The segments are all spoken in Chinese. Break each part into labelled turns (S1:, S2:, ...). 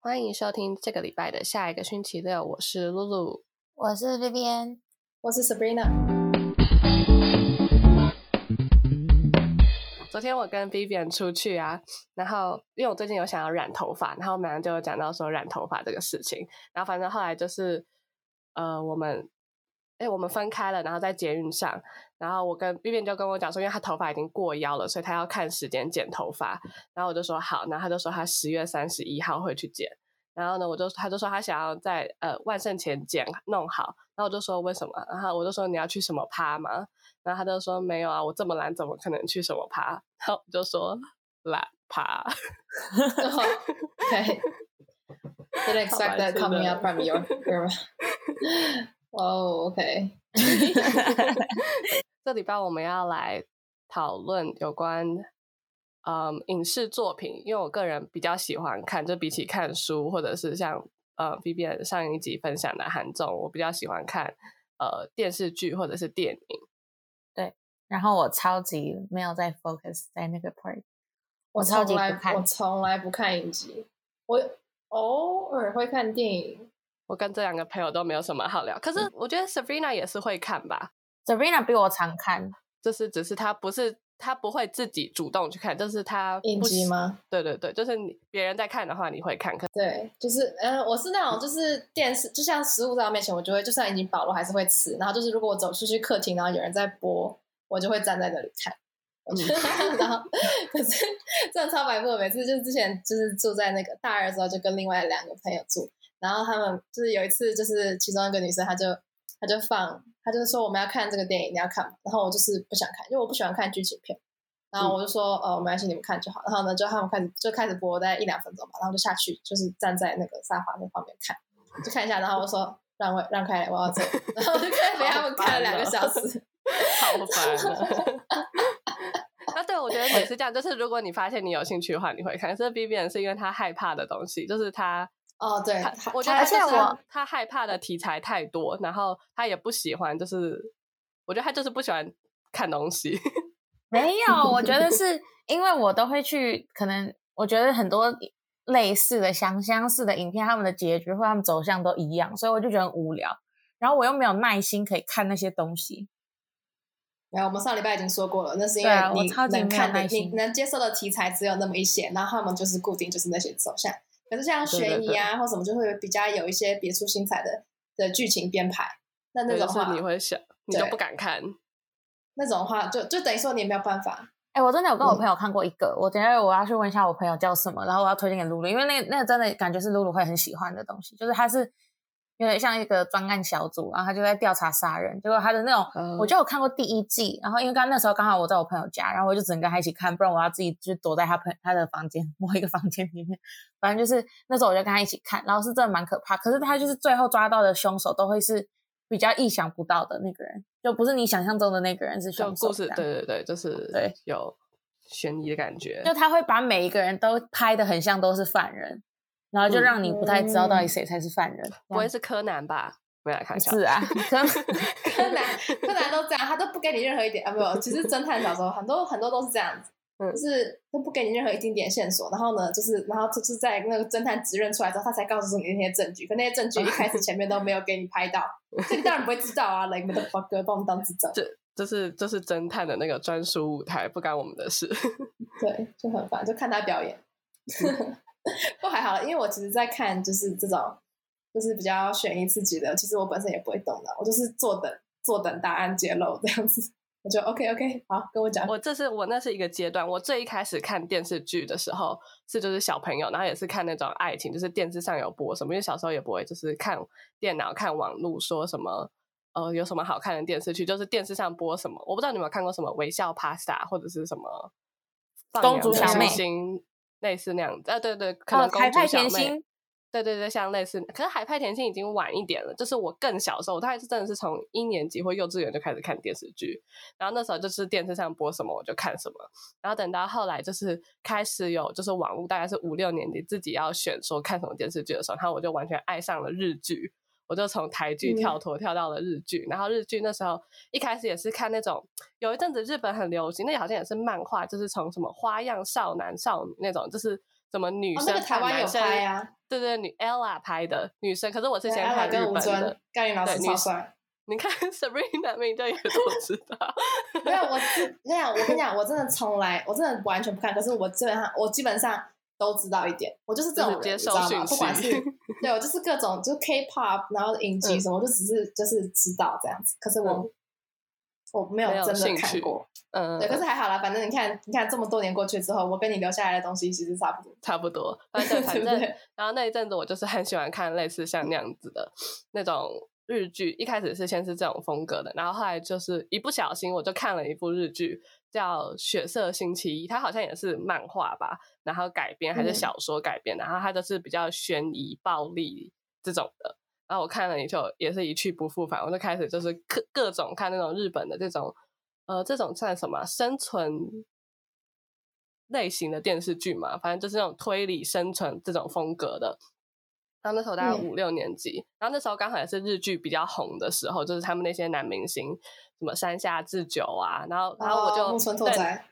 S1: 欢迎收听这个礼拜的下一个星期六，我是露露。
S2: 我是 v i v i n
S3: 我是 Sabrina。
S1: 昨天我跟 Vivian 出去啊，然后因为我最近有想要染头发，然后我们俩就有讲到说染头发这个事情，然后反正后来就是呃我们。哎、我们分开了，然后在捷运上，然后我跟 Vivian 就跟我讲说，因为她头发已经过腰了，所以她要看时间剪头发。然后我就说好，然后她就说她十月三十一号会去剪。然后呢，我就她就说她想要在呃万圣前剪弄好。然后我就说为什么？然后我就说你要去什么趴吗？然后她就说没有啊，我这么懒，怎么可能去什么趴？ 然后我就说懒趴。
S3: okay. Didn't expect that coming out from your. your... Oh, okay.
S1: 这礼拜我们要来讨论有关嗯影视作品，因为我个人比较喜欢看，就比起看书或者是像呃 B B 上一集分享的韩综，我比较喜欢看呃电视剧或者是电影。
S2: 然后我超级没有在 focus 在那个 part，
S3: 我
S2: 超
S3: 从
S2: 级
S3: 来
S2: 不看
S3: 我从来不看影集，我偶尔会看电影。
S1: 我跟这两个朋友都没有什么好聊，可是我觉得 Sabrina 也是会看吧，
S2: Sabrina 比我常 看，
S1: 就是只是她不是她不会自己主动去看，就是她
S3: 影
S1: 不
S3: 集
S1: 喜？
S3: 吗？
S1: 对对对，就是你别人在看的话你会看，可
S3: 对，就是嗯、呃我是那种就是电视，就像食物在我面前，我就会就算已经饱了，我还是会吃。然后就是如果我走出去客厅，然后有人在播，我就会站在那里看。我觉得， 然后可是真的超白目的。每次就是之前就是住在那个大二的时候，就跟另外两个朋友住，然后他们就是有一次就是其中一个女生，她就她就放，她就说我们要看这个电影，你要看吗？然后我就是不想看，因为我不喜欢看剧情片。然后我就说，呃，没关系，你们看就好。然后呢，就他们开始就开始播，大概一两分钟吧。然后就下去，就是站在那个沙发那旁边看，就看一下。然后我说让位，让开，我要走。 然后就开始陪他们看了两个小时。
S1: 好烦啊！ 啊，对，我觉得也是这样，就是如果你发现你有兴趣的话，你会看。可是 B B 人是因为他害怕的东西，就是他，
S3: 哦，对，
S1: 他
S3: 他
S1: 我觉得
S2: 而且
S1: 就是他
S2: 我
S1: 他害怕的题材太多，然后他也不喜欢，就是我觉得他就是不喜欢看东西。
S2: 没有，我觉得 是因为我都会去，可能我觉得很多类似的相相似的影片，他们的结局或他们走向都一样，所以我就觉得很无聊。然后我又没有耐心可以看那些东西，
S3: 没有，我们上礼拜已经说过了，那是因
S2: 对啊
S3: 为你
S2: 我超级
S3: 能
S2: 没有
S3: 看的、
S2: 耐
S3: 你
S2: 心
S3: 能接受的题材只有那么一些，然后他们就是固定就是那些走向。可是像
S1: 对
S3: 悬
S1: 对
S3: 疑啊或什么，就会比较有一些别出心裁的的剧情编排。那那
S1: 对
S3: 种
S1: 就是
S3: 话，
S1: 你会想，你就
S3: 对
S1: 不敢看。
S3: 那种话就就等于说你没有办法。
S2: 哎、我真的有
S1: 嗯
S2: 跟我朋友看过一个，我等一下我要去问一下我朋友叫什么，然后我要推荐给露露，因为那那个真的感觉是露露会很喜欢的东西，就是它是有点像一个专案小组，然后他就在调查杀人，结果他的那种，
S1: 嗯
S2: 我就有看过第一季，然后因为刚那时候刚好我在我朋友家，然后我就只能跟他一起看，不然我要自己就躲在他朋他的房间 某一个房间里面，反正就是那时候我就跟他一起看，然后是真的蛮可怕，可是他就是最后抓到的凶手都会是比较意想不到的那个人，就不是你想象中的那个人是
S1: 就
S2: 凶手，
S1: 故事，对对对，就是
S2: 对
S1: 有悬疑的感觉。
S2: 就他会把每一个人都拍的很像都是犯人，然
S1: 嗯
S2: 后就让你不太知道到底谁才是犯人。
S1: 不会是柯南吧？没有来看一下。
S2: 是啊，可 是
S3: 柯南，柯南都这样，他都不给你任何一点啊，没有，其实侦探小说很多很多都是这样子，
S1: 嗯
S3: 就是都不给你任何一丁点线索，然后呢，就是然后就是在那个侦探指认出来之后，他才告诉你那些证据，可那 些证据一开始前面都没有给你拍到，这个当然不会知道啊，来你们的 fucker 把我们当智障，
S1: 这是这是侦探的那个专属舞台，不干我们的事。
S3: 对，就很烦，就看他表演。
S1: 嗯
S3: 不过还好，因为我其实，在看就是这种就是比较悬疑刺激的，其实我本身也不会动的，我就是坐等坐等答案揭露这样子，我就 OK OK，好，跟我 讲。
S1: 我这是我那是一个阶段，我最一开始看电视剧的时候是就是小朋友，然后也是看那种爱情，就是电视上有播什么，因为小时候也不会就是看电脑看网络说什么。呃，有什么好看的电视剧？就是电视上播什么，我不知道你有没有看过什么《微笑 Pasta》或者是什么《
S2: 公主
S3: 小妹
S1: 星》，类似那样子。啊，对对，可能
S2: 哦，
S1: 公
S2: 海
S1: 主
S2: 派
S1: 小
S2: 甜
S1: 妹
S2: 心，
S1: 对对对，像类似，可是《海派甜心》已经晚一点了，就是我更小的时候，我大概是真的是从一年级或幼稚园就开始看电视剧，然后那时候就是电视上播什么我就看什么，然后等到后来就是开始有就是网络，大概是五六年级自己要选说看什么电视剧的时候，然后我就完全爱上了日剧，我就从台剧
S3: 嗯
S1: 跳脱跳到了日剧，然后日剧那时候一开始也是看那种有一阵子日本很流行，那好像也是漫画，就是从什么花样少男少女那种，就是怎么女
S3: 哦，
S1: 生、
S3: 那个台湾有拍
S1: 啊，
S3: 啊，
S1: 对对，女 Ella 拍的女生，可是我之
S3: 对
S1: 前
S3: 艾
S1: 看日
S3: 玛跟吴
S1: 本
S3: 尊
S1: 的。、
S3: 盖云老师
S1: 对
S3: 超
S1: 女
S3: 帅。
S1: 你看 Sabrina 名就也都知道，
S3: 没有，我是那样，我跟你讲，我真的从来，我真的完全不看，可是我基本上，我基本上都知道一点，我就是这种人，
S1: 就是接
S3: 你知
S1: 受
S3: 道吗？
S1: 讯息
S3: 不 管是对我就是各种就是 K-pop，然后影集什么，我就只是就是知道这样子，可是我、
S1: 嗯
S3: 我没有
S1: 没有
S3: 真的
S1: 兴
S3: 看
S1: 趣
S3: 过，
S1: 嗯，
S3: 对，可是还好啦，反正你看，你看这么多年过去之后，我跟你留下来的东西其实差不 多，
S1: 差不多，反正反
S3: 对不
S1: 正
S3: 对，
S1: 然后那一阵子我就是很喜欢看类似像那样子的那种日剧，一开始是先是这种风格的，然后后来就是一不小心我就看了一部日剧叫《血色星期一》，它好像也是漫画吧，然后改编还是
S3: 嗯
S1: 小说改编，然后它就是比较悬疑、暴力这种的。然后我看了也就也是一去不复返，我就开始就是各各种看那种日本的这种呃这种算什么啊生存类型的电视剧嘛，反正就是那种推理生存这种风格的。然后那时候大概
S3: 嗯
S1: 五六年级，然后那时候刚好也是日剧比较红的时候，就是他们那些男明星，什么山下智久啊，然后然后我就
S3: 哦木村拓
S1: 对
S3: 哉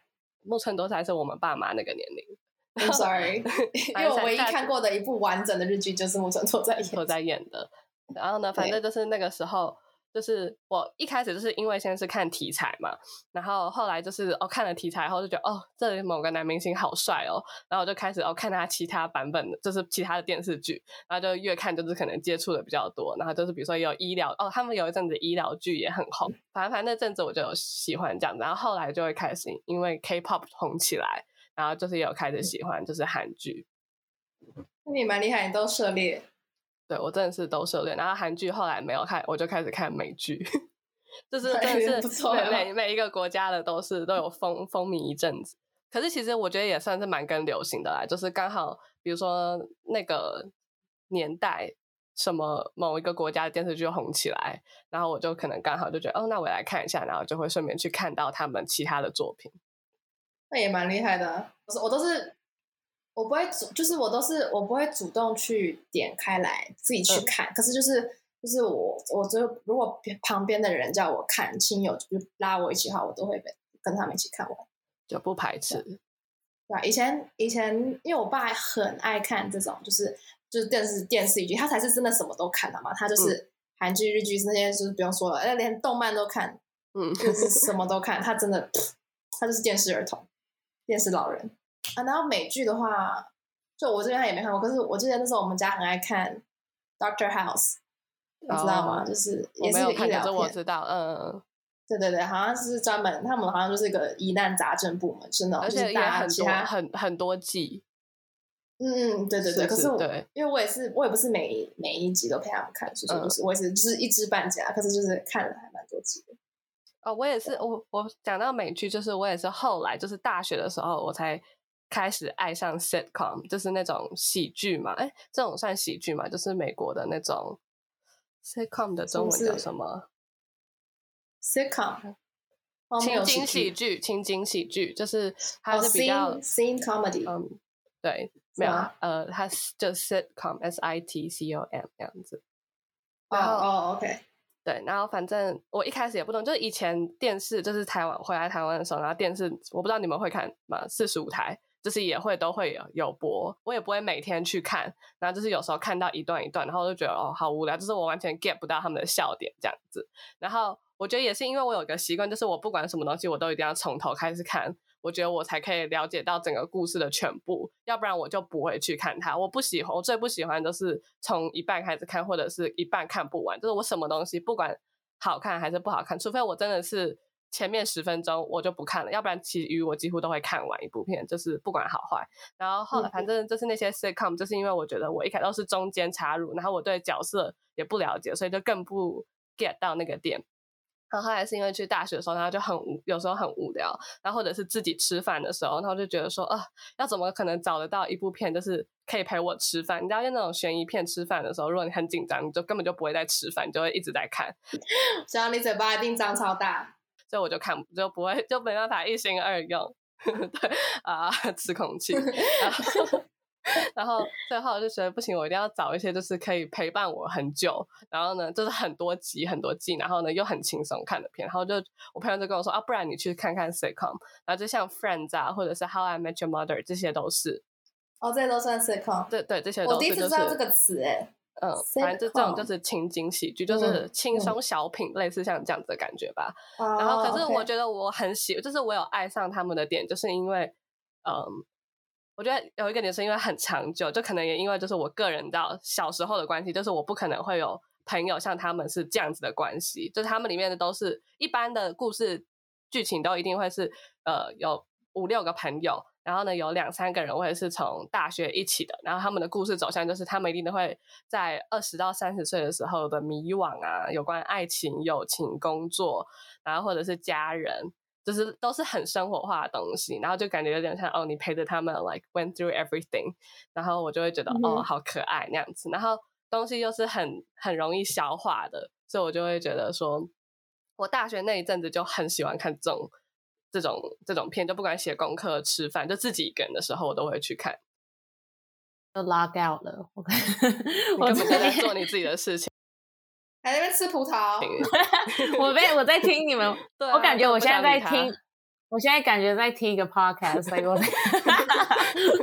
S1: 木村拓哉是我们爸妈那个年龄，
S3: ，I'm sorry，因 为我唯一看过的一部完整的日剧就是木村拓哉演
S1: 都
S3: 的，
S1: 在演的。然后呢，反
S3: 对
S1: 正就是那个时候，就是我一开始就是因为先是看题材嘛，然后后来就是哦看了题材后就觉得哦这里某个男明星好帅哦，然后我就开始哦看他其他版本的，就是其他的电视剧，然后就越看就是可能接触的比较多，然后就是比如说也有医疗哦，他们有一阵子医疗剧也很
S3: 嗯
S1: 红，反正反正那阵子我就有喜欢这样子，然后后来就会开始因为 K-pop 红起来，然后就是也有开
S3: 嗯
S1: 始喜欢就是韩剧，
S3: 那你蛮厉害，你都涉猎，
S1: 对我真的是都涉猎，然后韩剧后来没有看，我就开始看美剧， 就是真的是
S3: 不错啊
S1: 每
S3: 了
S1: 每每一个国家的都是都有风风靡一阵子。可是其实我觉得也算是蛮跟流行的啦，就是刚好比如说那个年代，什么某一个国家的电视剧红起来，然后我就可能刚好就觉得哦，那我也来看一下，然后就会顺便去看到他们其他的作品。
S3: 那也蛮厉害的啊、我是我都是，我不会主，就是我都是我不会主动去点开来自己去
S1: 嗯
S3: 看，可是就是就是我我就如果旁边的人叫我看，亲友就拉我一起的话，我都会跟跟他们一起看完。
S1: 就不排斥，
S3: 对啊，以前以前因为我爸很爱看这种，就是就是电视电视剧，他才是真的什么都看的嘛，他就是韩剧、日剧那些就是不用说了，那连动漫都看，
S1: 嗯，
S3: 就是什么都看，他真的，他就是电视儿童、电视老人啊。然后美剧的话，就我这边他也没看过，可是我记得那时候我们家很爱看《Doctor House》，你知道吗？
S1: 哦
S3: 就是
S1: 我
S3: 也
S1: 没
S3: 是一
S1: 有
S3: 个医
S1: 看，可是
S3: 疗
S1: 我
S3: 片，哦
S1: 知道，嗯，
S3: 对对对，好像是专门他们好像就是一个疑难杂症部门，是那种
S1: 而
S3: 就是
S1: 且也
S3: 大家
S1: 很
S3: 其
S1: 多
S3: 他，
S1: 很很多季，
S3: 嗯嗯，对对对。
S1: 是
S3: 可
S1: 是
S3: 是我
S1: 对
S3: 因为我也是我也不是每一每一集都陪他们看，所以
S1: 嗯
S3: 说就是我也是就是一知半解啊，可是就是看了还蛮多集的。
S1: 哦，我也是，我我讲到美剧，就是我也是后来就是大学的时候，我才开始爱上 sitcom，就是那种喜剧嘛。哎，这种算喜剧嘛？就是美国的那种 sitcom 的中文
S3: 是不
S1: 叫
S3: 是
S1: 什么？
S3: sitcom，荒哦
S1: 情
S3: 谬
S1: 景
S3: 剧
S1: 喜剧，情景喜剧，就是它
S3: 哦
S1: 是比较、
S3: scene scene comedy，
S1: 嗯，对，
S3: 是
S1: 没有
S3: 吗
S1: 呃，它是就是 sitcom，s i t c o m 这样子。
S3: 哦
S1: 然后
S3: 哦，OK，
S1: 对，然后反正我一开始也不懂，就是以前电视就是台湾回来台湾的时候，然后电视我不知道你们会看吗？四十五台就是也会都会有有播，我也不会每天去看，然后就是有时候看到一段一段，然后我就觉得哦好无聊，就是我完全 get 不到他们的笑点这样子。然后我觉得也是因为我有个习惯，就是我不管什么东西我都一定要从头开始看，我觉得我才可以了解到整个故事的全部，要不然我就不会去看它。我不喜欢，我最不喜欢就是从一半开始看，或者是一半看不完。就是我什么东西不管好看还是不好看，除非我真的是前面十分钟我就不看了，要不然其余我几乎都会看完一部片，就是不管好坏。然后后来
S3: 嗯
S1: 反正就是那些 sitcom，就是因为我觉得我一开始都是中间插入，然后我对角色也不了解，所以就更不 get 到那个点。然后后来是因为去大学的时候，然后就很无，有时候很无聊，然后或者是自己吃饭的时候，然后就觉得说啊，要怎么可能找得到一部片就是可以陪我吃饭？你知道，就那种悬疑片吃饭的时候，如果你很紧张，你就根本就不会在吃饭，你就会一直在看，
S3: 只要你嘴巴一定张超大，
S1: 所以我就看就不会就没办法一心二用。 对啊， 吃空气，然 后然后最后我就觉得不行，我一定要找一些就是可以陪伴我很久，然后呢就是很多集很多季，然后呢又很轻松看的片。然后就我朋友就跟我说啊，不然你去看看 sitcom，然后就像 Friends 啊，或者是 How I Met Your Mother 这些都是。
S3: 哦，这些都算 sitcom。
S1: 对对，这些
S3: 我
S1: 都
S3: 第一
S1: 是
S3: 次
S1: 就
S3: 知
S1: 是
S3: 道这个词，哎，
S1: 嗯，反正就这种
S3: sitcom 嗯
S1: 就是情景喜剧，就是轻松小品，类似像这样子的感觉吧。然
S3: 然
S1: 后，可是我觉得我很喜，就是我有爱上他们的点，就是因为，嗯，我觉得有一个点是因为很长久，就可能也因为就是我个人到小时候的关系，就是我不可能会有朋友像他们是这样子的关系，就是他们里面的都是一般的故事剧情都一定会是呃有五六个朋友，然后呢有两三个人会是从大学一起的，然后他们的故事走向就是他们一定都会在二十到三十岁的时候的迷惘啊，有关爱情、友情、工作，然后或者是家人，就是都是很生活化的东西，然后就感觉有点像哦，你陪着他们 like went through everything，然后我就会觉得、
S3: 嗯哼
S1: 哦，好可爱那样子，然后东西又是很很容易消化的，所以我就会觉得说，我大学那一阵子就很喜欢看这种这种这种片，就不管写功课、吃饭，就自己一个人的时候，我都会去看。
S2: 就 log out 了。我
S1: 你
S2: 我
S1: 根本就在
S2: 这
S1: 做你自己 的事情。
S3: 还在那边吃葡萄，
S2: 我被我在听你们，
S1: 对啊
S2: 我感觉我现在在。
S1: 根本不想
S2: 听
S1: 理他，
S2: 我现在感觉在听一个 podcast，所 以我在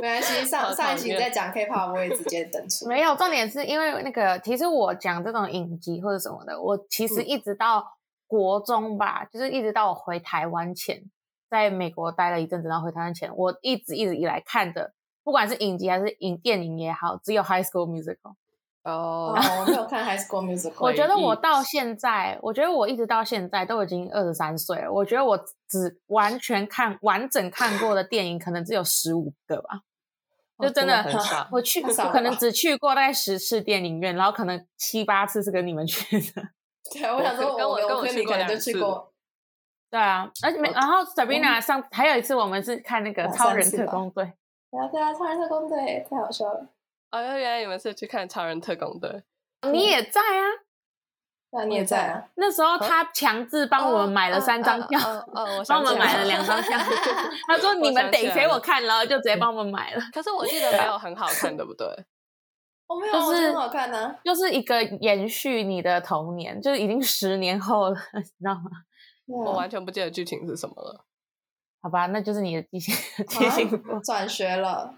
S3: 没关系，
S1: 好
S3: 上上一
S1: 讨
S3: 集
S1: 厌
S3: 在讲 K-pop，我也直接登出。
S2: 没有重点是因为那个，其实我讲这种影集或者什么的，我其实
S1: 嗯
S2: 一直到国中吧，就是一直到我回台湾前，在美国待了一阵子，然后回台湾前，我一直一直以来看的，不管是影集还是影电影也好，只有《High School Musical》。
S3: 哦
S1: 哦，，
S3: 我没有看《High School Musical》，
S2: 我觉得
S1: 回忆
S2: 我到现在，我觉得我一直到现在都已经二十三岁了。我觉得我只完全看完整看过的电影，可能只有十五个吧。
S1: 哦
S2: 就真
S1: 的
S2: 的
S1: 很少
S2: 我去，
S3: 太少了
S2: 可能
S3: 吧
S2: 只去过大概十次电影院，然后可能七八次是跟你们去的。
S3: 对，我想说，
S1: 跟
S3: 我
S1: 我跟我
S3: 我跟
S1: 去
S3: 你
S1: 过
S3: 可能
S1: 两
S3: 都
S1: 次
S3: 去过，
S2: 对啊，而且没，然后 Sabrina 上还有一次我们是看那个
S3: 两
S2: 《
S3: 三
S2: 超人
S3: 次
S2: 特
S3: 吧
S2: 工队》，
S3: 然后对啊，超人特工队太好笑了。
S1: 哦，原来你们是去看《超人特工队》
S2: 你也在啊？
S3: 那你也在啊？
S2: 那时候他强制帮我们买了三张票，
S1: 哦，哦哦哦 我
S2: 帮
S1: 想
S2: 我
S1: 起来
S2: 们买了两张票。 他说你们
S1: 想起
S2: 得
S1: 来
S2: 陪
S1: 了
S2: 我看，然后就直接帮我们买了。
S1: 可是我记得没
S3: 啊
S1: 有很好看，对不对？
S3: 我哦没有，啊
S2: 就是
S3: 我觉得很好看啊呢。
S2: 就是一个延续你的童年，就是已经十年后了， 你知道吗？
S1: 我
S3: 我
S1: 完全不记得剧情是什么 了。
S2: 好吧，那就是你的记性记性不够。
S3: 嗯转学了，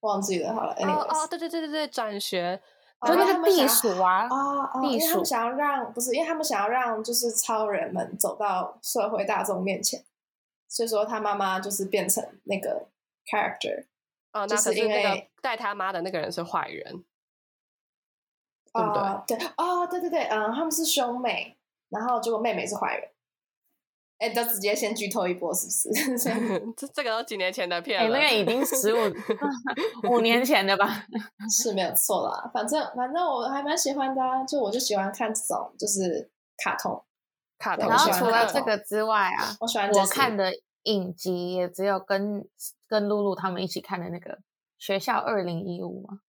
S3: 忘记了。好了
S1: 哦哦，
S3: ，anyways，
S1: 对对对对对，转学
S2: 就那个避
S3: 暑
S2: 暑啊，
S3: 啊，哦因
S2: 避
S3: 为他
S2: 暑
S3: 们想要让不是，因为他们想要让就是超人们走到社会大众面前，所以说他妈妈就是变成那个 character
S1: 哦，
S3: 就
S1: 那可
S3: 是因
S1: 那个
S3: 为
S1: 带他妈的那个人是坏人，对不对
S3: 啊，对哦，对对对，嗯，他们是兄妹，然后结果妹妹是坏人。哎，都直接先剧透一波，是不是？
S1: 这这个都几年前的
S2: 哎、
S1: 片了
S2: 那。个已经十五五年前的吧？
S3: 是没有错啦，反正反正我还蛮喜欢的、啊，就我就喜欢看这种就是卡通，
S1: 卡通嗯
S3: 对
S2: 然
S3: 我喜
S2: 后
S3: 欢
S2: 除
S3: 看
S2: 了
S3: 这
S2: 这
S3: 种
S2: 个之外啊，
S3: 我喜欢
S2: 我
S3: Jessie
S2: 看的影集也只有跟跟露露他们一起看的那个《学校二零一五》嘛，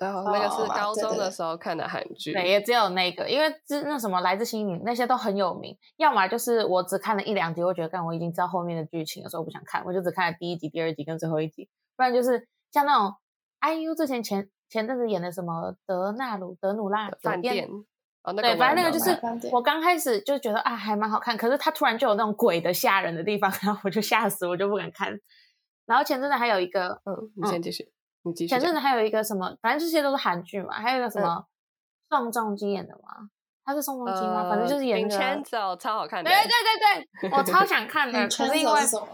S1: 然后那个是
S3: 哦
S1: 高
S3: 对对
S1: 中的
S3: 对
S1: 时候看的韩剧，
S2: 对，也只有那个，因为之那什么《来自星星》那些都很有名，要么就是我只看了一两集，我觉得干我已经知道后面的剧情了，所以我不想看，我就只看了第一集、第二集跟最后一集，不然就是像那种 IU 之前前前阵子演的什么德纳鲁德努拉酒
S1: 饭店
S2: 店。
S1: 哦，那个
S2: 对，反正那
S1: 我
S2: 个
S1: 也
S2: 就
S1: 没有买
S2: 是
S3: 饭店
S2: 我刚开始就觉得啊，还蛮好看，可是他突然就有那种鬼的吓人的地方， 然后我就吓死，我就不敢看。然后前阵子还有一个，
S1: 嗯，你先继续，你继续
S2: 前
S1: 讲。
S2: 阵子还有一个什么，反正这些都是韩剧嘛，还有一个
S1: 嗯
S2: 什么宋仲基演的嘛，他是宋仲基吗？
S1: 呃
S2: 反正就是演那个，
S1: 走，超好看
S2: 对
S1: 的。
S2: 对对对，我超 想看
S1: 嗯
S2: 的，可
S3: 你嗯穿
S2: 是因
S3: 手
S2: 为
S3: 是什么？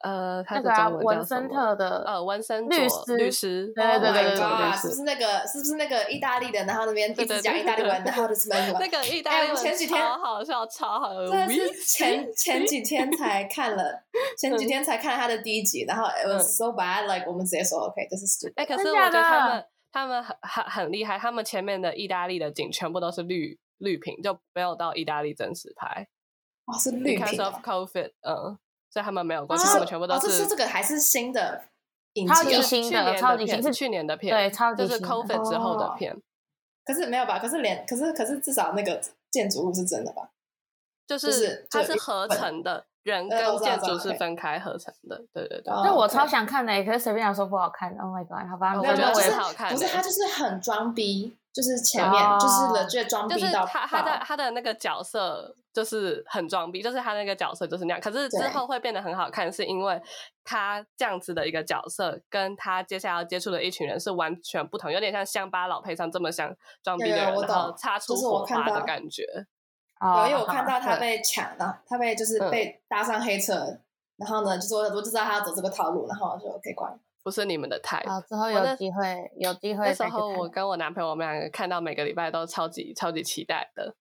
S1: 呃，他
S2: 那
S1: 的
S2: 个啊，
S1: 中文叫
S2: 文
S1: 什
S2: 森
S1: 么
S2: 特的
S1: 呃，文森
S2: 律
S1: 佐
S2: 师
S1: 律师，哦
S2: 对对对
S3: Oh my
S2: 对对对
S3: God，
S2: 对
S3: 是不是那个？是不是那个意大利的？然后那边
S1: 对
S3: 一
S1: 对
S3: 直讲
S1: 对
S3: 意大利文，然后就是那
S1: 那
S3: 个。
S1: 个意大
S3: 哎
S1: 利
S3: 我
S1: 文
S3: 前几天
S1: 超好笑，超好
S3: 真
S1: 笑。
S3: 的是 前前几天才看了，前
S1: 嗯
S3: 几天才看他的第一集，然后 it was so bad，like 我们直接说 OK，这是 stupid。
S1: 哎，可
S2: 真
S1: 是我
S2: 假
S1: 觉得他
S2: 的
S1: 们他们很很很厉害，他们前面的意大利的景全部都是绿绿屏，就没有到意大利真实拍。
S3: 哇，是绿屏
S1: Because of
S3: 哦。
S1: COVID，嗯，所以他们没有过
S2: 啊
S1: 去，
S3: 就是
S1: 他们全部都
S3: 哦，这
S1: 是
S3: 是这个还是新的影
S2: 超
S3: 集
S2: 级
S3: 啊？
S2: 新
S1: 去
S2: 的
S1: 年
S2: 超
S1: 的
S2: 级
S1: 片，
S2: 新
S1: 是
S2: 是
S1: 去年的片，
S2: 对，超级
S1: 就是
S2: 新的
S1: COVID 之后的
S3: 哦
S1: 片。
S3: 可是没有吧？可是连可是可是至少那个建筑物是真的吧？
S1: 就
S3: 就是是
S1: 它
S3: 就是一
S1: 合
S3: 本
S1: 成的，人
S3: 呃
S1: 跟
S3: 我知道
S1: 建
S3: 知道
S1: 筑是
S3: ，OK
S1: 分开合成的。对对对，
S3: 哦
S2: 那我
S3: OK
S2: 超想看的，可是随便来说不好看。Oh my god！好吧，
S1: 哦
S2: 没
S3: 没
S2: 有
S3: 有
S1: 觉得我
S3: 没有，就
S1: 也
S3: 是
S1: 好看
S3: 不是
S1: 欸
S3: 他就是很装逼，就是前面、
S2: 哦
S3: 就是 legit 装
S1: 就是
S3: 逼到
S1: 他他的
S3: 爆
S1: 他的那个角色就是很装逼，就是他那个角色就是那样。可是之
S3: 对
S1: 后会变得很好看，是因为他这样子的一个角色，跟他接下来要接触的一群人是完全不同，有点像乡巴佬配上这么像装逼的
S3: 有有
S1: 人，
S3: 我
S1: 然后
S3: 懂
S1: 擦出
S3: 就是
S1: 火
S3: 我看
S1: 花的
S3: 到
S1: 感觉。
S2: 哦
S3: 有因为我看到他
S1: 对
S3: 被抢了，他被就是
S1: 嗯
S3: 被搭上黑车，然后呢，就是我我就知道他要走这个套路，然后我就 OK 关了。
S1: 不是你们的 type。
S2: 啊好，之后
S1: 我那
S2: 有机会有机会
S1: 那时
S2: 再去
S1: 候
S2: 看
S1: 我跟我男朋友，我们两个看到每个礼拜都超级超级期待的。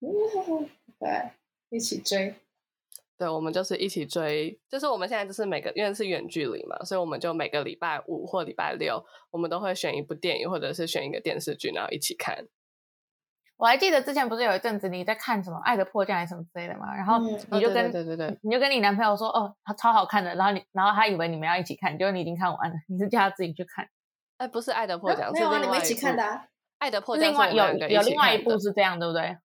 S3: 嗯对，一起追。
S1: 对，我们就是一起追，就是我们现在就是每个因为是远距离嘛，所以我们就每个礼拜五或礼拜六，我们都会选一部电影或者是选一个电视剧，然后一起看。
S2: 我还记得之前不是有一阵子你在看什么《爱的迫降》还是什么之类的嘛，然后
S3: 嗯
S1: 哦
S2: 你就
S1: 对
S2: 跟、
S1: 对对对对
S2: 你就跟你男朋友说哦，他超好看的，然后你然后他以为你们要一起看，结果你已经看完了，你是叫他自己去看。
S1: 哎，不是《爱的迫降》是
S3: 啊没有啊，
S1: 另
S3: 你
S1: 外
S3: 们一起
S1: 部
S3: 看的、啊。
S1: 爱的迫降》
S2: 另外
S1: 是我们两
S2: 有
S1: 个
S2: 有
S1: 起
S2: 另外一
S1: 看的
S2: 部是这样，对不对？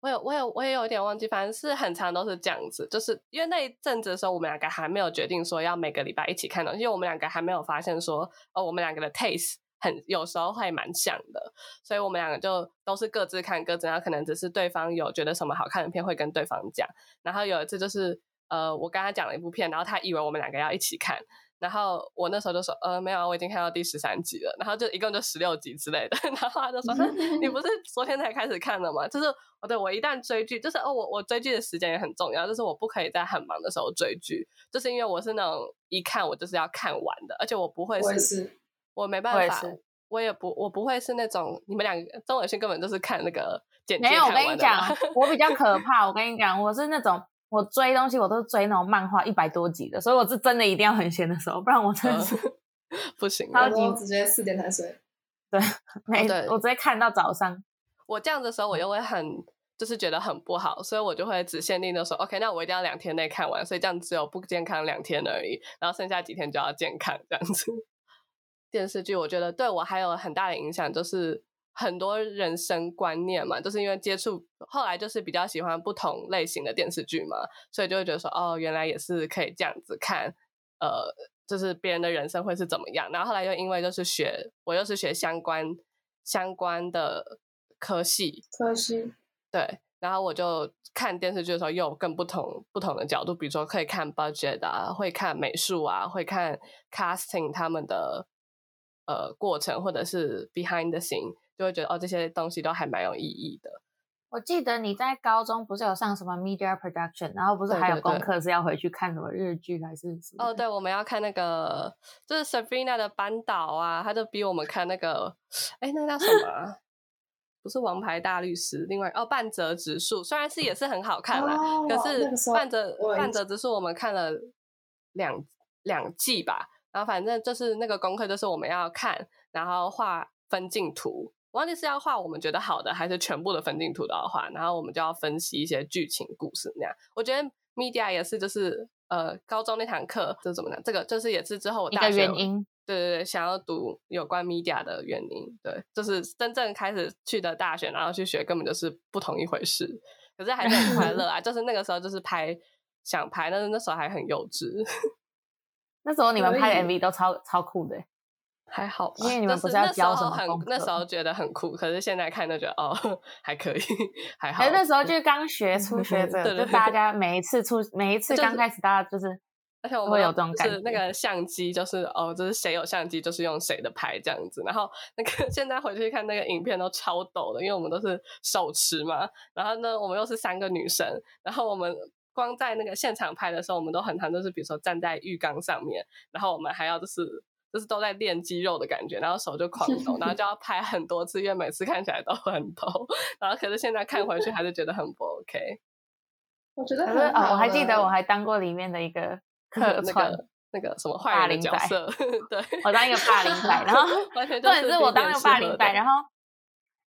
S1: 我有，我有，我也有点忘记，反正是很长都是这样子，就是因为那一阵子的时候，我们两个还没有决定说要每个礼拜一起看的，因为我们两个还没有发现说，哦，我们两个的 taste 很有时候会蛮像的，所以我们两个就都是各自看各自，然后可能只是对方有觉得什么好看的片会跟对方讲，然后有一次就是，呃，我跟他讲了一部片，然后他以为我们两个要一起看。然后我那时候就说，呃，没有啊，我已经看到第十三集了，然后就一共就十六集之类的， 然后他就 说，哼你不是昨天才开始看的吗？就是哦，对我一旦追剧，就是哦，我我追剧的时间也很重要，就是我不可以在很忙的时候追剧，就是因为我是那种一看我就是要看完的，而且我不会
S3: 我也
S1: 是，
S3: 是
S1: 我没
S2: 我
S1: 办
S2: 也
S1: 法，
S2: 是
S1: 我也不我不会是那种你们两个钟伟轩根本就是看那个简介
S2: 没有，我
S1: 看
S2: 跟你
S1: 完的
S2: 讲
S1: 嘛，，
S2: 我比较可怕。我跟你讲，我是那种我追东西，我都是追那种漫画一百多集的，所以我是真的一定要很闲的时候，不然我真的是、
S1: 嗯 不行的，
S2: 超
S3: 我
S2: 级
S3: 都直接四点才睡。
S2: 没，
S1: 对
S2: 我直接看到早上。
S1: 我这样的时候，我又会很就是觉得很不好，所以我就会只限定的说，OK，那我一定要两天内看完，所以这样只有不健康两天而已，然后剩下几天就要健康这样子。 电视剧我觉得对我还有很大的影响，就是很多人生观念嘛，就是因为接触后来就是比较喜欢不同类型的电视剧嘛，所以就会觉得说，哦，原来也是可以这样子看，呃，就是别人的人生会是怎么样。然后后来又因为就是学，我又是学相关相关的科系，
S3: 可惜
S1: 对，然后我就看电视剧的时候又有更不同不同的角度，比如说可以看 budget 啊，会看美术啊，会看 casting 他们的呃过程或者是 behind the scene，就会觉得哦这些东西都还蛮有意义的。
S2: 我记得你在高中不是有上什么 media production，然后不是
S1: 对
S2: 还
S1: 对
S2: 有功
S1: 对
S2: 课是要回去看什么日剧还是什么？
S1: 哦，对，我们要看那个就是 Sabrina 的班导啊，他就逼我们看那个，哎，那叫什么啊、 不是《王牌大律师》，另外哦，《半泽直树》虽然是也是很好看啦，
S3: 哦
S1: 可是
S3: 那个
S1: 《
S3: 时候
S1: 半泽
S3: 我已
S1: 半泽直树》我们看了两两季吧，然后反正就是那个功课就是我们要看，然后画分镜图。我忘记是要画我们觉得好的，还是全部的分镜图都要画，然后我们就要分析一些剧情故事那样。我觉得 media 也是，就是呃，高中那堂课这是怎么讲？这个就是也是之后我
S2: 一
S1: 大
S2: 个
S1: 学
S2: 原因。
S1: 对对对，想要读有关 media 的原因，对，就是真正开始去的大学，然后去学，根本就是不同一回事。可是还是很快 乐啊，就是那个时候就是拍想拍，但是那时候还很幼稚，
S2: 那时候你们
S3: 所
S2: 拍的
S3: 以
S2: MV 都超超酷的欸，
S1: 还好吧。
S2: 因为你们
S1: 就
S2: 不
S1: 是
S2: 是要
S1: 那时
S2: 交什
S1: 候
S2: 么
S1: 很
S2: 功
S1: 那
S2: 课
S1: 时候觉得很酷，可是现在看就觉得哦 还可以，还好。嗯
S2: 可是哎那时候就是刚学初学
S1: 对
S2: 者，
S1: 对
S2: 就
S1: 对
S2: 大家每一次出每一次
S1: 就是
S2: 刚开始，大家就是
S1: 而且我
S2: 都
S1: 们
S2: 会有这种
S1: 就
S2: 感
S1: 是那
S2: 觉
S1: 个相机，就是哦，就是谁有相机，就是用谁的拍这样子。然后那个 现在回去看那个影片都超抖的，因为我们都是手持嘛。然后呢，我们又是三个女生，然后我们光在那个现场拍的时候，我们都很常就是比如说站在浴缸上面，然后我们还要就是。就是都在练肌肉的感觉，然后手就狂抖，然后就要拍很多次，因为每次看起来都很抖。 然后可是现在看回去还是觉得很不 OK。
S3: 我觉得
S2: 可
S3: 很
S2: 是
S3: 好
S2: 哦，
S3: 了
S2: 我还记得我还当过里面的 一个客
S1: 那
S2: 串，
S1: 个那个什么
S2: 霸
S1: 坏人
S2: 凌
S1: 的角
S2: 仔
S1: 色， 对，
S2: 我当一个霸凌 仔，然后
S1: 完 全就
S2: 重点是我
S1: 避免
S2: 当那个
S1: 适
S2: 霸
S1: 合
S2: 凌
S1: 的
S2: 仔，然后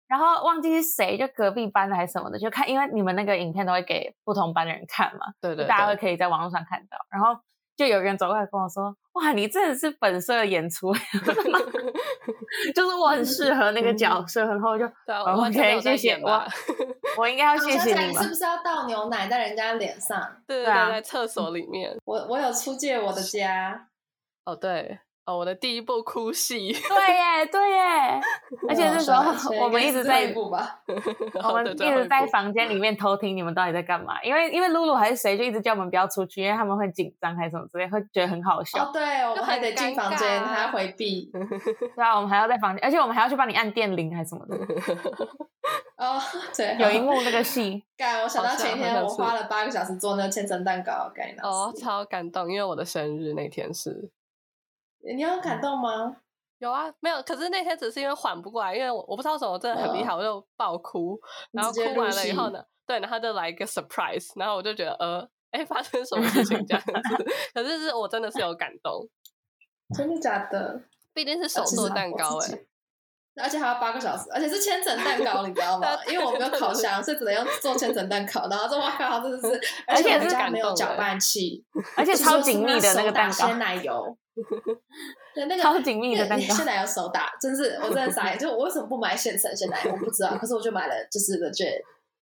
S2: 然后忘记是谁，就隔壁班的还是什么的，就看，因为你们那个影片都会给不同班的人看嘛，
S1: 对对，
S2: 大家会
S1: 对
S2: 可以在网络上看到，然后就有人走过来跟我说：“哇，你真的是本色演出，欸 就是我很适合那个角色。”然后我就
S1: 对啊，
S2: 哦
S1: 我完全没有
S2: OK，
S1: 在
S2: 谢谢
S1: 演吧
S2: 我，我应该要
S3: 我
S2: 谢
S3: 想
S2: 谢
S3: 起来，
S2: 你
S3: 你是
S2: 们
S3: 不。是要倒牛奶在人家脸上？
S1: 对对
S2: 对啊
S1: 对，在厕所里面，
S3: 我我有出借我的家，
S1: 哦对，哦我的第一部哭戏，
S2: 对耶，对耶，而且那时候
S3: 对
S2: 我们一直在
S3: 应该是最后一步吧，
S2: 我们一直在房间里面偷听你们到底在干嘛，因为因为露露还是谁就一直叫我们不要出去，因为他们会紧张还是什么之类，会觉得很好
S3: 哦
S2: 笑。，
S3: 对，我们还得进房
S2: 就很尴
S3: 间，
S2: 尬啊
S3: 还要回避。
S2: 对啊，我们还要在房间，而且我们还要去帮你按电铃还是什么的。
S3: 哦， 对，
S2: 有一幕那个戏，
S3: 干，我想到前一天
S1: 好像
S3: 我
S1: 是
S3: 花了八个小时做那个千层蛋糕，干
S1: 哦，，超感动，因为我的生日那天是
S3: 你有感动吗？
S1: 有啊，没有，可是那天只是因为缓不过来，因为我我不知道为什么，我真的很厉害，我就爆哭，
S3: 你
S1: 然后
S3: 直接
S1: 哭完
S3: 入
S1: 了以
S3: 戏
S1: 后呢，对，然后就来一个 surprise，然后我就觉得呃，哎，发生什么事情这样子？ 可是是我真的是有感动，
S3: 真的假的？
S1: 毕竟是手做蛋糕
S2: 欸
S1: 哎、？
S3: 哎。而且还要八个小时，而且是千层蛋糕，你 知道吗
S1: 对
S3: 因为我没有烤箱，所以只能用做千层蛋糕。然后这哇靠，真 的是，
S2: 而
S3: 而
S2: 且
S3: 且我们
S1: 是
S3: 家
S1: 感
S3: 没有
S1: 动
S3: 搅
S1: 的
S3: 拌器，
S2: 欸而且
S3: 就是
S2: 超
S3: 说
S2: 紧
S3: 是
S2: 密
S3: 那
S2: 的那
S3: 手
S2: 个
S3: 打
S2: 蛋糕，
S3: 鲜奶 油，对那个
S2: 超紧密的蛋
S3: 那个
S2: 糕
S3: 鲜。奶油手打，真是我真的傻眼。就我为什么不买现成鲜奶油？我不知道，可是我就买了，就是的卷，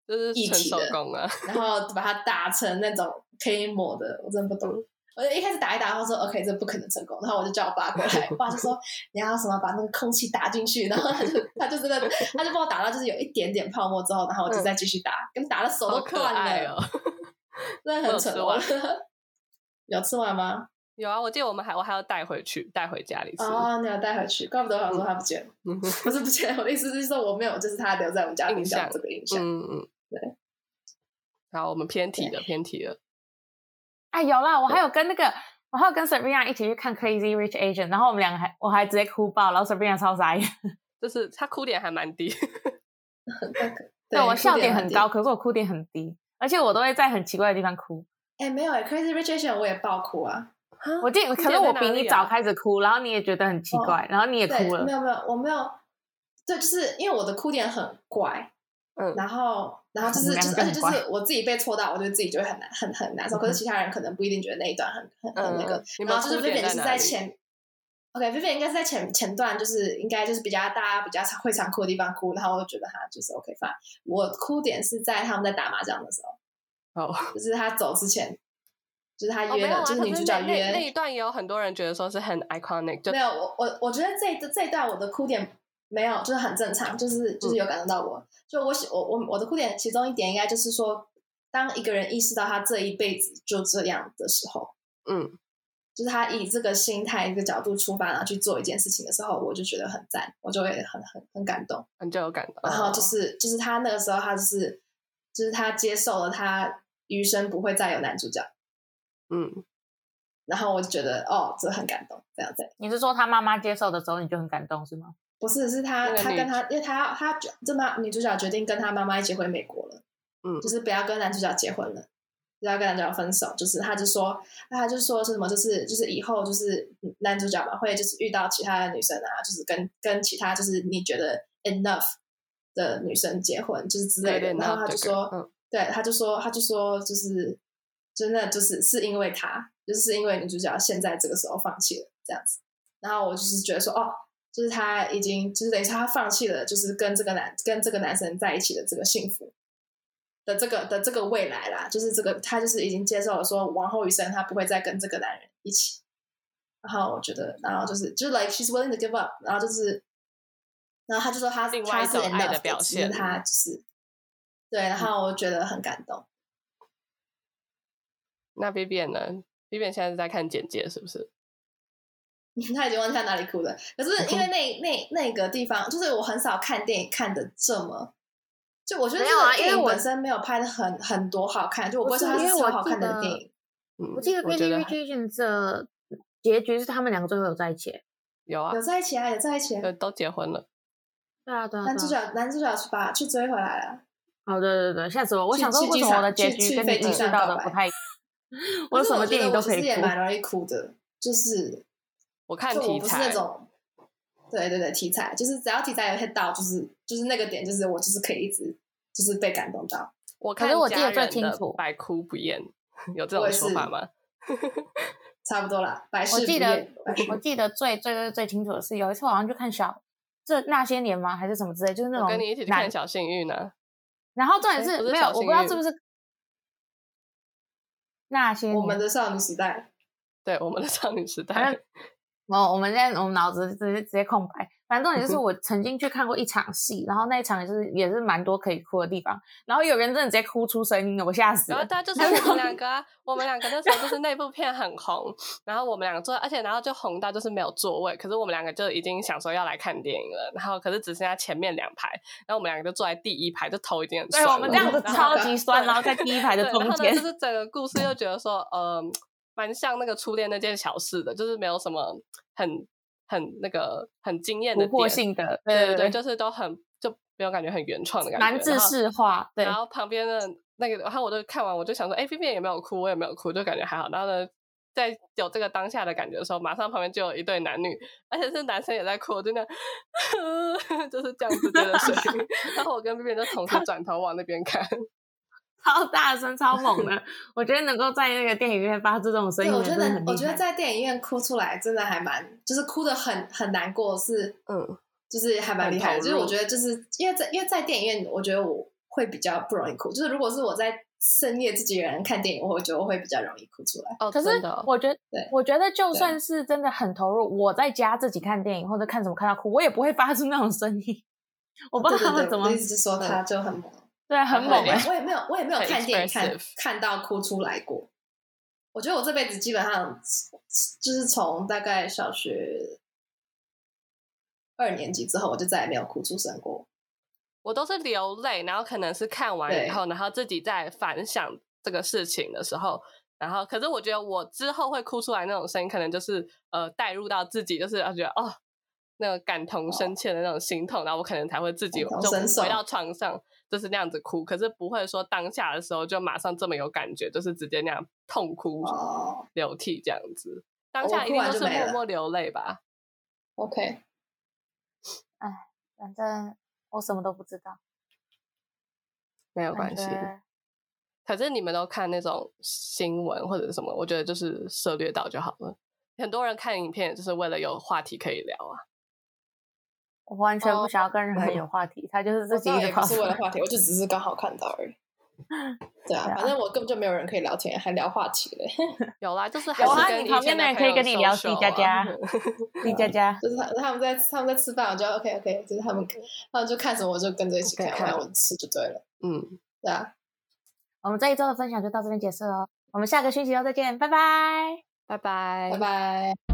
S1: 就是
S3: 一
S1: 纯
S3: 体
S1: 手
S3: 的
S1: 工啊，
S3: 然后把它打成那种可以抹的，我真的不懂。我就一开始打一打，然后说 OK，这不可能成功。然后我就叫我爸过来，我爸就说你要什么把那个空气打进去，然后他就他就真的他就帮我打到就是有一点点泡沫之后，然后我就再继续打，跟打的手
S1: 嗯 好
S3: 都
S1: 可
S3: 断
S1: 爱
S3: 了，
S1: 哦。
S3: 真的很蠢。
S1: 我有
S3: 有吃完吗？
S1: 有啊，我记得我们还我还要带回去，带回家里吃。
S3: 哦，你有带回去，怪不得我想说他不见了，
S1: 嗯
S3: 不是不见了，我的意思是说我没有，就是他留在我们家冰箱
S1: 印象
S3: 这个印象。
S1: 嗯嗯，
S3: 对。
S1: 好，我们偏题了，偏题了。
S2: 哎，有啦，我还有跟那个，我还有跟 Sabrina 一起去看 Crazy Rich Asian，然后我们两个还我还直接哭爆，然后 Sabrina 超傻眼。
S1: 就是他哭点还蛮低，
S2: 对我笑点很。
S3: 有
S2: 高，可是我哭点很低，而且我都会在很奇怪的地方哭。
S3: 哎、没有哎、c r a z y Rich Asian 我也爆哭啊！
S2: 我记得，
S1: 哭
S2: 可是
S1: 点在
S2: 我
S1: 哪
S2: 比你
S1: 里啊
S2: 早开始哭，然后你也觉得很奇怪，然后你也
S3: 对，
S2: 哭了
S3: 没。有没有，我没有。对，就是因为我的哭点很怪，
S1: 嗯
S3: 然后然后就
S2: 你
S3: 是
S2: 们两
S3: 就是
S2: 个
S3: 而且
S2: 很
S3: 就
S2: 怪
S3: 是我自己被戳到，我就自己就会很难很很难受。可是其他人可能不一定觉得那一段很很很那个
S1: 嗯。你们
S3: 然后就是
S1: 哭点
S3: Vivian 就是
S1: 在哪
S3: 在
S1: 里
S3: 前，OK，Vivian 应该是在前前段，就是应该就是比较大家比较常会常哭的地方哭，然后我就觉得哈就是 OK fine。我哭点是在他们在打麻将的时候，
S1: 哦，
S3: 就是他走之前，就是他
S1: 哦
S3: 约
S1: 没有
S3: 了，
S1: 啊，
S3: 就是
S1: 可
S3: 女主
S1: 那
S3: 角
S1: 那
S3: 约
S1: 那一段也有很多人觉得说是很 iconic，就
S3: 没有，我我我觉得这一这一段我的哭点没有，就是很正常，就是就是有感动到我。就我喜我我我的哭点其中一点应该就是说，当一个人意识到他这一辈子就这样的时候，
S1: 嗯
S3: 就是他以这个心态、一个角度出发，然后去做一件事情的时候，我就觉得很赞，我就会很很很感动。
S1: 很就有感动。
S3: 然后啊就是就是他那个时候，他就是就是他接受了他余生不会再有男主角，
S1: 嗯，
S3: 然后我就觉得哦，这很感动，这样子。
S2: 你是说他妈妈接受的时候你就很感动是吗？
S3: 不是，是
S1: 那
S3: 他
S1: 个
S3: 他
S1: 女
S3: 跟他，因为他他这妈女主角决定跟他妈妈一起回美国了，
S1: 嗯
S3: 就是不要跟男主角结婚了，不要跟男主角分手，就是他就说，他就说是什么，就是就是以后就是男主角嘛，会就是遇到其他的女生啊，就是跟跟其他就是你觉得 enough 的女生结婚，就是之类
S1: 对对，
S3: 的，然后
S1: 那
S3: 他就
S1: 这个
S3: 说，
S1: 嗯
S3: 对，他就说，他就说，就是，真的就是是因为他，就是因为女主角现在这个时候放弃了这样子。然后我就是觉得说，哦，就是他已经，就是等于说他放弃了，就是跟这个男跟这个男生在一起的这个幸福的这个的这个未来啦，就是这个他就是已经接受了说，往后余生他不会再跟这个男人一起。然后我觉得，然后就是就是 like she's willing to give up，然后就是，然后他就说他
S1: 另外一
S3: 他是
S1: 种爱的
S3: enough
S1: 表
S3: 只是
S1: 现
S3: 他就是对，然后我觉得很感动。
S1: 那 B B 呢？B B 现在是在看简介是不是？
S3: 他已经忘记他哪里哭了。可是因为那那那个地方，就是我很少看电影看的这么，就我觉得
S2: 没有啊
S3: 这个电
S2: 因为
S3: 影
S2: 我
S3: 本身没有拍的很很多好看，就我不会
S2: 不是
S3: 说它
S2: 因
S3: 是
S2: 为
S3: 超
S2: 我
S3: 好
S2: 记
S3: 看的
S2: 得
S3: 电影。
S1: 嗯，
S2: 我记得 Crazy
S1: 觉得
S2: Rich Asian 的结局是他们两个最后有在一起。
S1: 有啊
S3: 有，在一起啊，有在一起啊、
S1: 呃，都结婚了。
S2: 对啊，对啊，
S3: 男主
S2: 对啊。
S3: 角男主角去把去追回来了，
S2: 哦，对对对，下次我我
S3: 去
S2: 想说，
S3: 去
S2: 为
S3: 机
S2: 什么我
S3: 场
S2: 的结
S3: 去
S2: 局
S3: 去
S2: 跟
S3: 飞
S2: 你
S3: 机
S2: 意识
S3: 上
S2: 到
S3: 告
S2: 的
S3: 白
S2: 不 太一样？
S3: 可
S2: 我
S3: 是
S2: 什么
S3: 我觉
S2: 电
S3: 得
S2: 影
S3: 我
S2: 都
S3: 其
S2: 可
S3: 实
S2: 以
S3: 也
S2: 哭。
S3: 蛮容易哭的，就是
S1: 我看
S3: 就我
S1: 题
S3: 不是那
S1: 材，
S3: 种，对对对，题材就是只要题材有 hit 到，就是就是那个点，就是我就是可以一直就是被感动到。
S1: 我
S2: 可
S1: 看
S2: 是我记得
S1: 家
S2: 最
S1: 人
S2: 清
S1: 的
S2: 楚
S1: 百哭不厌， 有这
S3: 我
S1: 种
S3: 也
S1: 说
S3: 是
S1: 法吗？
S3: 差不多啦，百
S2: 我
S3: 事不
S2: 记得
S3: 厌百事
S2: 我记得最最最最清楚的是，有一次我好像去看小这那些年吗？还是什么之类，就是那
S1: 我
S2: 种
S1: 跟你一起去
S2: 男
S1: 看小幸运啊呢。
S2: 然后重点
S1: 哎
S2: 是
S1: 不是
S2: 没有，
S1: 小
S2: 我不
S1: 幸
S2: 知道
S1: 运
S2: 是不是 那些
S3: 我们
S2: 年
S3: 的少女时代。
S1: 对，我们的少女时
S2: 反
S1: 代
S2: 正，然哦后我们现在我们脑子直接直接空白。反正重点
S3: 嗯
S2: 就是我曾经去看过一场戏，然后那一场也是也是蛮多可以哭的地方，然后有人真的直接哭出声音了，我吓死
S1: 然后
S2: 了。
S1: 对，就是我们两个、啊，我们两个那时候就是那部片很红，然后我们两个坐，而且然后就红到就是没有座位，可是我们两个就已经想说要来看电影了，然后可是只剩下前面两排，然后我们两个就坐在第一排，就头已经很酸
S2: 对
S1: 了。
S2: 我们这样子
S1: 然
S2: 超
S1: 后
S2: 级酸，然后在第一排的
S1: 对，
S2: 中
S1: 然后呢，
S2: 间
S1: 就，是整个故事又觉得说，呃，蛮像那个初恋那件小事的，就是没有什么很很那个很惊艳的
S2: 突破
S1: 点，
S2: 性的，
S1: 对
S2: 对
S1: 对，就是都很就没有感觉很原创的感觉，
S2: 蛮自
S1: 然后
S2: 视化，对
S1: 然，后旁边的那个，然后我就看完，我就想说，哎，B B 也没有哭，我也没有哭，就感觉还好。然后呢，在有这个当下的感觉的时候，马上旁边就有一对男女，而且是男生也在哭，我真的 就是这样子接着水。 然后我跟 B B 就同时转头往那边看，
S2: 超大声、超猛 的。我觉得能够在那个电影院发出这种声音
S3: 对，
S2: 的
S3: 我
S2: 人
S3: 觉
S2: 真的很
S3: 得我觉
S2: 厉
S3: 得
S2: 害。
S3: 在电影院哭出来真的还蛮，就是哭的很很难过，是
S1: 嗯，
S3: 就是还蛮厉害
S1: 很
S3: 的。
S1: 投
S3: 就
S1: 入
S3: 是我觉得就是因为在因为在电影院，我觉得我会比较不容易哭。就是如果是我在深夜自己一个人看电影，我会觉得我会比较容易哭出来。
S1: 哦，
S2: 可是
S1: 真的哦
S2: 我觉得
S3: 对，
S2: 我觉得就算是真的很投入，我在家自己看电影或者看什么看到哭，我也不会发出那种声音。我不知
S3: 对
S2: 道他
S3: 对
S2: 们
S3: 对，
S2: 怎
S3: 我
S2: 么
S3: 的意思是说他就很猛，
S2: 对很猛
S1: 对
S2: 哎，
S3: 我也没有我也没有
S1: 很
S3: 看电影看
S1: expressive
S3: 看到哭出来过。我觉得我这辈子基本上就是从大概小学二年级之后，我就再也没有哭出声过。
S1: 我都是流泪，然后可能是看完以
S3: 对
S1: 后，然后自己在反想这个事情的时候，然后可是我觉得我之后会哭出来那种声音，可能就是呃带入到自己，就是呃觉得哦那个感同身切的那种心痛，然后我可能才会自己
S3: 哦感
S1: 就
S3: 同身受
S1: 回到床上就是那样子哭，可是不会说当下的时候就马上这么有感觉，就是直接那样痛哭
S3: 哦，
S1: 流涕这样子，当
S3: 我
S1: 下一
S3: 哭
S1: 定
S3: 完
S1: 就
S3: 就是没
S1: 默
S3: 了
S1: 默流泪吧。
S3: OK，
S2: 反正我什么都不知道，
S1: 没有
S2: 没
S1: 关系，可是你们都看那种新闻或者是什么，我觉得就是涉略到就好了。很多人看影片也就是为了有话题可以聊啊。
S2: 我完全不想要跟任何人有话题，他就是
S3: 哦我
S2: 自己
S3: 倒
S2: 一
S3: 也
S2: 直
S3: 不
S2: 跑
S3: 是
S2: 出
S3: 为了
S2: 来。
S3: 话题，我就只是刚好看到 而已。对啊
S2: 对，啊
S3: 反正我根本就没有人可以聊天，还聊话题嘞，
S1: 有啦，就是还
S2: 有
S1: 是
S2: 啊，
S1: 跟
S2: 你旁边的人可以跟你聊
S1: 地
S2: 地佳佳地佳佳，
S3: 就是他他们在他们在吃饭，我就 OK OK，就是他们
S2: 嗯
S3: 他们就看什么我就跟着一起看，
S1: OK，看
S3: 然后我吃就对了，
S1: 嗯，
S3: 对啊，
S2: 我们这一周的分享就到这边结束了哦，我们下个星期六再见，拜拜。
S1: 拜拜
S3: 拜拜。